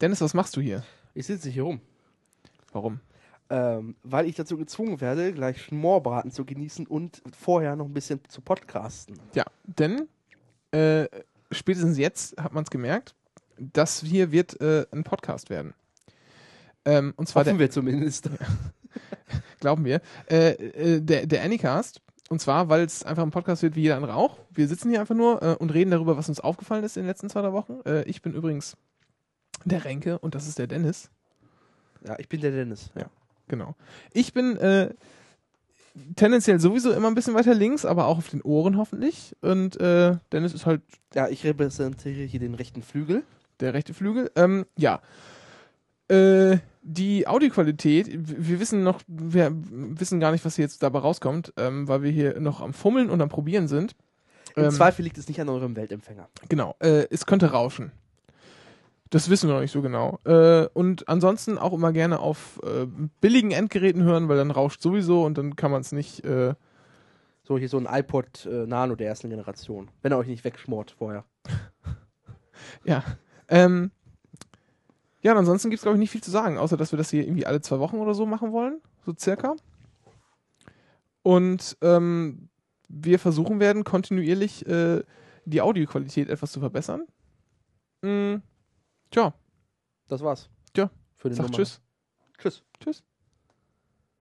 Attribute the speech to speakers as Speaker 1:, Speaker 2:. Speaker 1: Dennis, was machst du hier?
Speaker 2: Ich sitze hier rum.
Speaker 1: Warum?
Speaker 2: Ähm, weil ich dazu gezwungen werde, gleich Schmorbraten zu genießen und vorher noch ein bisschen zu podcasten.
Speaker 1: Ja, denn äh, spätestens jetzt hat man es gemerkt, das hier wird äh, ein Podcast werden. Ähm, und zwar
Speaker 2: Hoffen wir zumindest.
Speaker 1: der, glauben wir, äh, äh, der, der Anycast. Und zwar, weil es einfach ein Podcast wird wie jeder andere auch. Wir sitzen hier einfach nur äh, und reden darüber, was uns aufgefallen ist in den letzten zwei drei Wochen. Äh, ich bin übrigens der Renke und das ist der Dennis.
Speaker 2: Ja, ich bin der Dennis. Ja.
Speaker 1: Genau. Ich bin äh, tendenziell sowieso immer ein bisschen weiter links, aber auch auf den Ohren hoffentlich. Und äh, Dennis ist halt
Speaker 2: ja, ich repräsentiere hier den rechten Flügel.
Speaker 1: der rechte Flügel. Ähm, ja. Äh, die Audioqualität, w- wir wissen noch, wir wissen gar nicht, was hier jetzt dabei rauskommt, ähm, weil wir hier noch am Fummeln und am Probieren sind.
Speaker 2: Im
Speaker 1: Ähm,
Speaker 2: Zweifel liegt es nicht an eurem Weltempfänger.
Speaker 1: Genau, äh, es könnte rauschen. Das wissen wir noch nicht so genau. Äh, und ansonsten auch immer gerne auf äh, billigen Endgeräten hören, weil dann rauscht sowieso und dann kann man es nicht. Äh,
Speaker 2: So, hier so ein iPod äh, Nano der ersten Generation. Wenn er euch nicht wegschmort vorher.
Speaker 1: Ja. Ähm, ja, und ansonsten gibt es, glaube ich, nicht viel zu sagen, außer dass wir das hier irgendwie alle zwei Wochen oder so machen wollen, so circa. Und ähm, wir versuchen werden, kontinuierlich äh, die Audioqualität etwas zu verbessern. Mm, tja,
Speaker 2: Das war's.
Speaker 1: Tja.
Speaker 2: Für den
Speaker 1: sag
Speaker 2: Nummer.
Speaker 1: Tschüss.
Speaker 2: Tschüss.
Speaker 1: Tschüss.